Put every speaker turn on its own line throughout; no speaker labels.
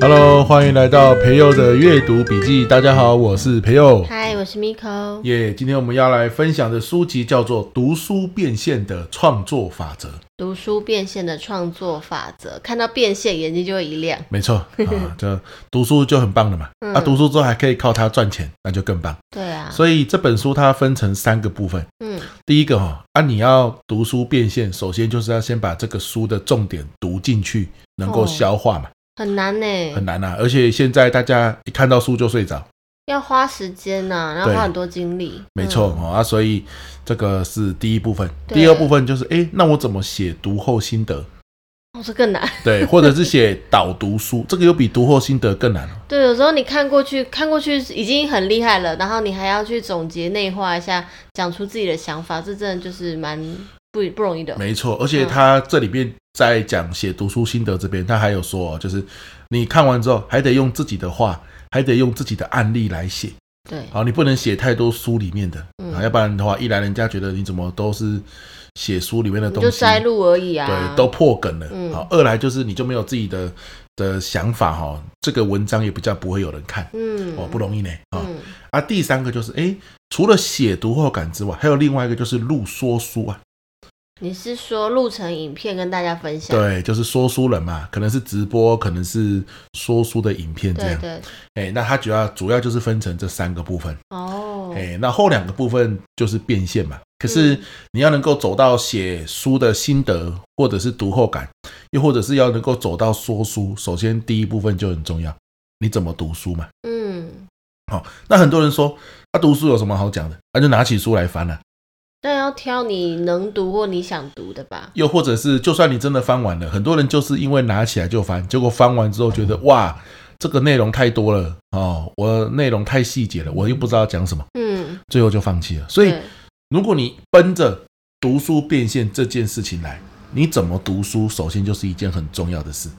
Hello，欢迎来到培佑的阅读笔记。大家好，我是培佑。
嗨，我是 Miko。
耶今天我们要来分享的书籍叫做《读书变现的创作法则》。
读书变现的创作法则，看到变现眼睛就会一亮。
没 错啊，这读书就很棒了嘛。
嗯
啊，读书之后还可以靠它赚钱，那就更棒。
对啊，
所以这本书它分成三个部分。
嗯
第一个哈、啊，你要读书变现，首先就是要先把这个书的重点读进去，能够
哦
消化嘛，
很难呢、
很难啊。而且现在大家一看到书就睡着，
要花时间呐、然后
对
花很多精力。
没错、
嗯
哦啊，所以这个是第一部分。
对
第二部分就是，诶，那我怎么写读后心得？
哦，这更难。
对，或者是写导读书，这个又比读后心得更难哦。
对，有时候你看过去，看过去已经很厉害了，然后你还要去总结内化一下，讲出自己的想法，这真的就是蛮不不容易的。
没错，而且他这里面在讲写读书心得这边，他还有说、哦，就是你看完之后还得用自己的话，还得用自己的案例来写。
对，
好，你不能写太多书里面的，
嗯
啊，要不然的话，一来人家觉得你怎么都是写书里面的
你
东
就
西，
摘录而已啊。
对，都破梗了。
嗯
好，二来就是你就没有自己的的想法哈、哦，这个文章也比较不会有人看，
嗯，
哦，不容易呢啊、
嗯，
啊，第三个就是，哎，除了写读后感之外，还有另外一个就是录说书啊，
你是说录成影片跟大家分享？
对，就是说书人嘛，可能是直播，可能是说书的影片这
对
样。
对，
哎，那它主要主要就是分成这三个部分。
哦，嗯
哎，那后两个部分就是变现嘛。可是你要能够走到写书的心得，或者是读后感，又或者是要能够走到说书，首先第一部分就很重要，你怎么读书嘛？
嗯，
好、那很多人说，他、读书有什么好讲的？他、就拿起书来翻啊了、
但要挑你能读或你想读的吧。
又或者是，就算你真的翻完了，很多人就是因为拿起来就翻，结果翻完之后觉得哇，这个内容太多了哦，我内容太细节了，我又不知道讲什么，
嗯，
最后就放弃了。所以
对，
如果你奔着读书变现这件事情来，你怎么读书，首先就是一件很重要的事。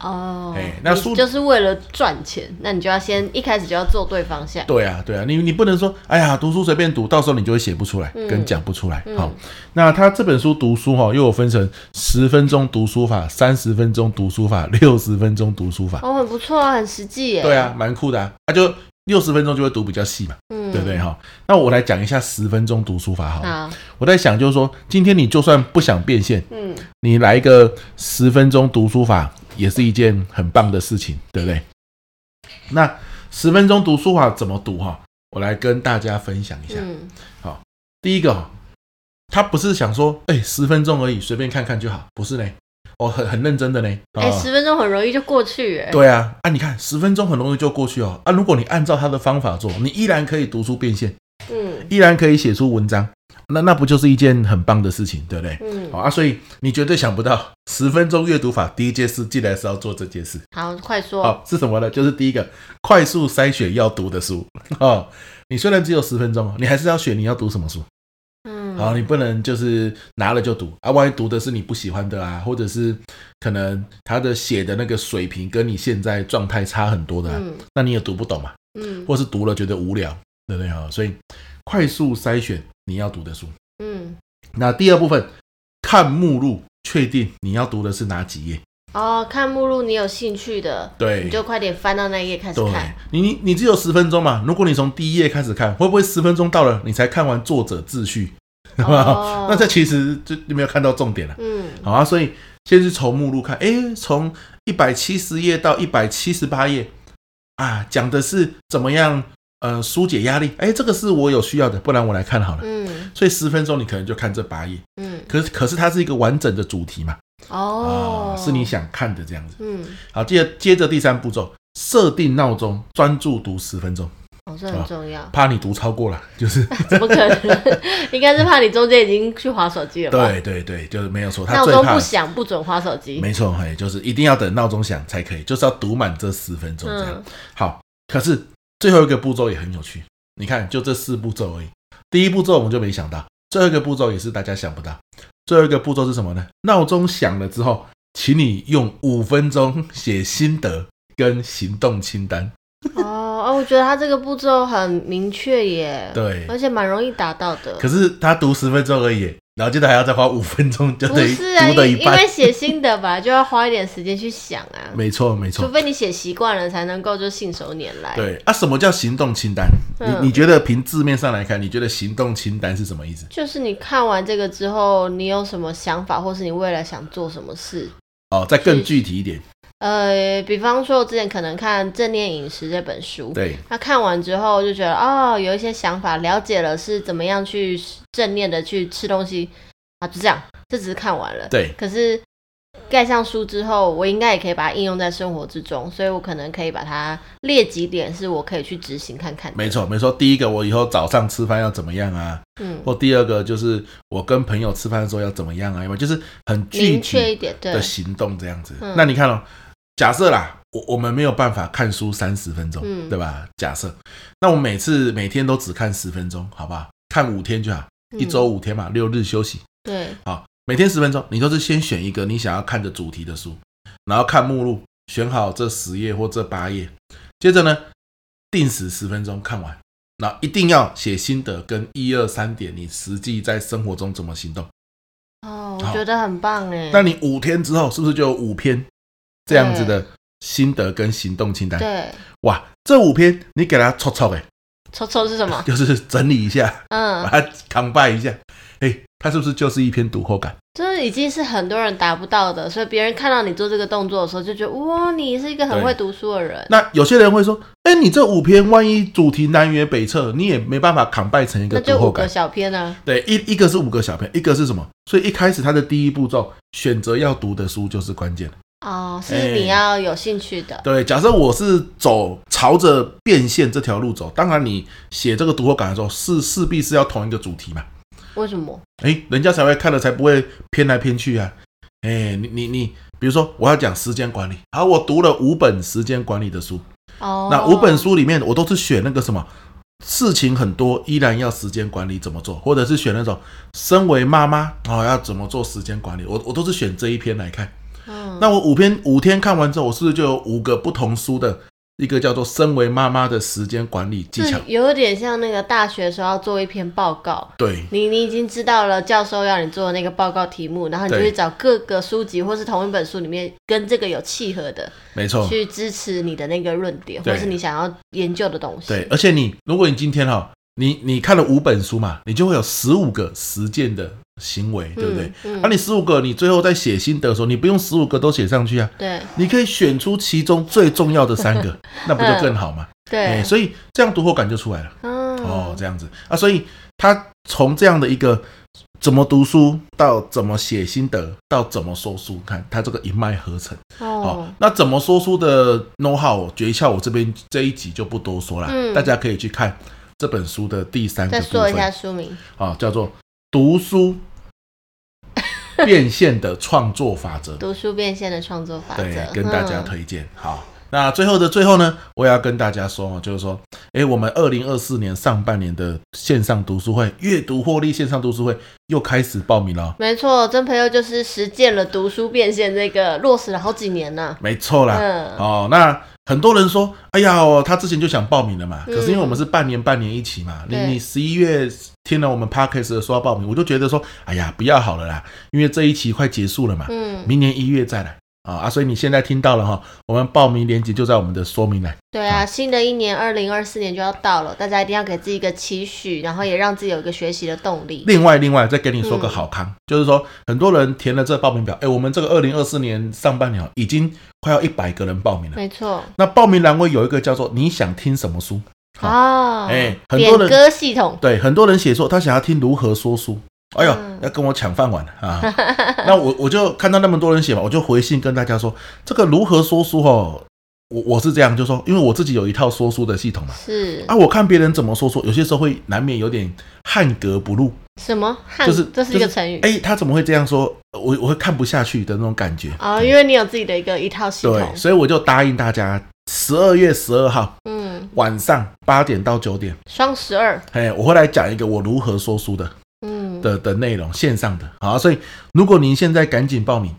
哦
哎，那
你
书
就是为了赚钱，那你就要先一开始就要做对方向。
对啊，对啊，你你不能说，哎呀，读书随便读，到时候你就会写不出来，跟讲不出来。好，那他这本书读书哈、哦，又有分成十分钟读书法、三十分钟读书法、六十分钟读书法。
哦，很不错啊，很实际耶。
对，啊，蛮酷的啊，他、就六十分钟就会读比较细嘛，
嗯，
对不对哈、那我来讲一下十分钟读书法好了
好，
我在想就是说，今天你就算不想变现，
嗯，
你来一个十分钟读书法也是一件很棒的事情，对不对？那十分钟读书法怎么读哈、我来跟大家分享一下。
嗯，
第一个、哦，他不是想说，哎，十分钟而已，随便看看就好，不是呢？哦，很很认真的呢。啊
哎，十分钟很容易就过去耶。
对啊，啊，你看十分钟很容易就过去哦。啊，如果你按照他的方法做，你依然可以读书变现，
嗯
依然可以写出文章，那那不就是一件很棒的事情，对不对？好
嗯，
啊，所以你绝对想不到，十分钟阅读法第一件事竟然是要做这件事。
好，快说。
好，是什么呢？就是第一个，快速筛选要读的书。哦，你虽然只有十分钟，你还是要选你要读什么书。好，
嗯，
你不能就是拿了就读啊，万一读的是你不喜欢的啊，或者是可能他的写的那个水平跟你现在状态差很多的啊、
嗯
那你也读不懂嘛，
嗯
或是读了觉得无聊，对不对啊？所以快速筛选你要读的书。
嗯，
那第二部分，看目录，确定你要读的是哪几页。
哦，看目录你有兴趣的，
对
你，就快点翻到那一页开始
对
看。，
你你你只有十分钟嘛，如果你从第一页开始看，会不会十分钟到了你才看完作者自序？
哦
那这其实就就没有看到重点了。
嗯
好啊，所以先是从目录看，诶，从一百七十页到一百七十八页啊，讲的是怎么样呃疏解压力，诶，这个是我有需要的，不然我来看好了。
嗯
所以十分钟你可能就看这八页，
嗯，
可是可是它是一个完整的主题嘛，啊，，
哦
是你。想看的这样子。
嗯，
好，接着接着第三步骤，设定闹钟，专注读十分钟，
哦，这很重要。
怕你读超过了，就是
怎么可能？应该是怕你中间已经去划手机了吧？
对对对，就是没有错，他
闹
最
钟
怕
不响不准划手机。
没错，嘿，就是一定要等闹钟响才可以，就是要读满这十分钟这样。
嗯
好，可是最后一个步骤也很有趣，你看，就这四步骤而已。第一步骤我们就没想到，最后一个步骤也是大家想不到。最后一个步骤是什么呢？闹钟响了之后，请你用五分钟写心得跟行动清单。
哦哦，我觉得他这个步骤很明确耶，
对
而且蛮容易达到的。
可是他读十分钟而已，然后接着还要再花五分钟，就
不
等于
是啊，
读的
因
一
因为
半。
写心得 吧，就要花一点时间去想啊，
没错，没
除
错。
非你写习惯了，才能够就信手拈来。
对啊，什么叫行动清单？
嗯
你你觉得凭字面上来看，你觉得行动清单是什么意思？
就是你看完这个之后，你有什么想法，或是你未来想做什么事？
哦，再更
是
具体一点，
呃，比方说，我之前可能看《正念饮食》这本书，
对，
那看完之后就觉得，哦，有一些想法，了解了是怎么样去正念的去吃东西啊，就这样，这只是看完了。
对，
可是盖上书之后，我应该也可以把它应用在生活之中，所以我可能可以把它列几点，是我可以去执行看看的。
没错，没错。第一个，我以后早上吃饭要怎么样啊？
嗯，
或第二个就是我跟朋友吃饭的时候要怎么样啊？要么就是很具
明确
体
一点，对
的，行动这样子
嗯。
那你看哦，假设啦，我我们没有办法看书三十分钟，
嗯
对吧？假设，那我每次每天都只看十分钟，好不好？看五天就好，一周
嗯
五天嘛，六日休息，
对，
好，每天十分钟，你都是先选一个你想要看的主题的书，然后看目录，选好这十页或这八页，接着呢，定时十分钟看完，然后一定要写心得跟一二三点，你实际在生活中怎么行动。
哦，我
好
觉得很棒哎。
那你五天之后是不是就有五篇这样子的心得跟行动清单？
对，
哇，这五篇你给它凑凑哎，
抽抽是什 么？
就是整理一下，把
嗯，
它扛拜一下，哎、它是不是就是一篇读后感？
这已经是很多人达不到的，所以别人看到你做这个动作的时候，就觉得哇，你是一个很
对
会读书的人。
那有些人会说，哎、你这五篇万一主题南辕北辙，你也没办法扛拜成一
那
个读
就
后
五个
感。
小篇啊，
对，一一个是五个小篇，一个是什么？所以一开始它的第一步骤，选择要读的书就是关键。
哦，是
哎
你要有兴趣的。
对，假设我是走朝着变现这条路走，当然你写这个读后感的时候，是势必是要同一个主题嘛，
为什么？
诶，人家才会看了才不会偏来偏去啊。诶，你你你，比如说我要讲时间管理，好，我读了五本时间管理的书，
哦，
那五本书里面我都是选那个什么。事情很多，依然要时间管理怎么做，或者是选那种身为妈妈哦要怎么做时间管理，我我都是选这一篇来看。
嗯，
那我五篇五天看完之后，我是不是就有五个不同书的一个叫做“身为妈妈的时间管理技巧
这有点像那个大学的时候要做一篇报告”？。
对
你你已经知道了教授要你做的那个报告题目，然后你就
对
去找各个书籍或是同一本书里面跟这个有契合的，
没错，
去支持你的那个论点，
哦对
或是你想要研究的东西。
对。而且你，如果你今天哈、你你看了五本书嘛，你就会有十五个实践的行为，对不对？
嗯嗯
那、你十五个，你最后在写心得的时候，你不用十五个都写上去啊，
对
你可以选出其中最重要的三 个，那不就更好吗？哎
嗯对，
所以这样读后感就出来了。
嗯
哦，这样子啊，所以他从这样的一个怎么读书到怎么写心得到怎么说书，看他这个一脉合成。好、
哦，
那怎么说书的 know how 诀窍，我这边这一集就不多说了，
嗯
大家可以去看这本书的第三个
再
部
说一下
分，
书名，
啊，叫做读书变现的创作法则。
读书变现的创作法
对
则，，
跟大家
嗯
推荐。好，那最后的最后呢，我也要跟大家说哦，就是说，诶，我们二零二四年上半年的线上读书会阅读获利线上读书会又开始报名了哦。
没错，真朋友就是实践了读书变现这个，落实了好几年呢、
没错啦，
嗯
哦，那很多人说，哎呀、哦，他之前就想报名了嘛，
嗯
可是因为我们是半年半年一起嘛，你
对
你十一月听了我们 podcast 的说要报名，我就觉得说，哎呀，不要好了啦，因为这一期快结束了嘛，
嗯，
明年一月再来啊、啊，所以你现在听到了哈、我们报名链接就在我们的说明栏。
对啊，新的一年二零二四年就要到了，大家一定要给自己一个期许，然后也让自己有一个学习的动力。
另外，另外再给你说
嗯
个好康，就是说很多人填了这报名表，哎，我们这个二零二四年上半年哦已经快要一百个人报名了。
没错
那报名栏位有一个叫做“你想听什么书好
啊，
哎很
点
多人
歌系”，统，
对，很多人写说他想要听如何说书，哎呦，
嗯
要跟我抢饭碗了 啊！那我我就看到那么多人写嘛，我就回信跟大家说，这个如何说书哦，我我是这样，就说因为我自己有一套说书的系统嘛，
是、
啊，我看别人怎么说书，有些时候会难免有点汉格不入。
什么？汉
就是
这是一个成语、
哎、诶他怎么会这样说？呃我我会看不下去的那种感觉。
哦，因为你有自己的一个一套系
对，
统，
所以我就答应大家，十二月十二号
嗯，
晚上八点到九点，
双十二，
哎，我会来讲一个我如何说书的
嗯，
的的内容，线上的。好，所以如果您现在赶紧报名，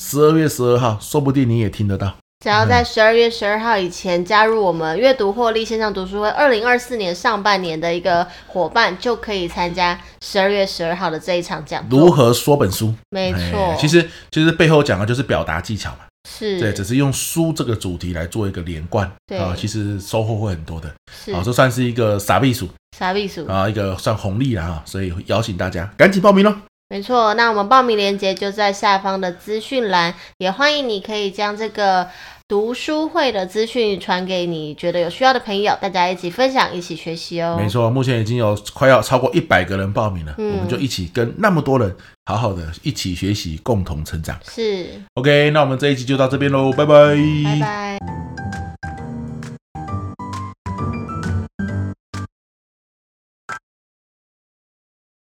十二月十二号，说不定你也听得到。
只要在十二月十二号以前加入我们阅读获利线上读书会二零二四年上半年的一个伙伴，就可以参加十二月十二号的这一场讲座。
如何说本书？
没错
哎，其实其实背后讲的就是表达技巧嘛。
是
对，只是用书这个主题来做一个连贯，
对
啊，其实收获会很多的。
是
好，这算是一个傻避暑
傻避暑，
啊，一个算红利了啊，所以邀请大家赶紧报名喽。
没错。那我们报名链接就在下方的资讯栏，也欢迎你可以将这个读书会的资讯传给你觉得有需要的朋友，大家一起分享，一起学习哦。
没错，目前已经有快要超过一百个人报名了，
嗯
我们就一起跟那么多人好好的一起学习，共同成长。
是，
OK，那我们这一集就到这边喽，拜拜，
拜拜。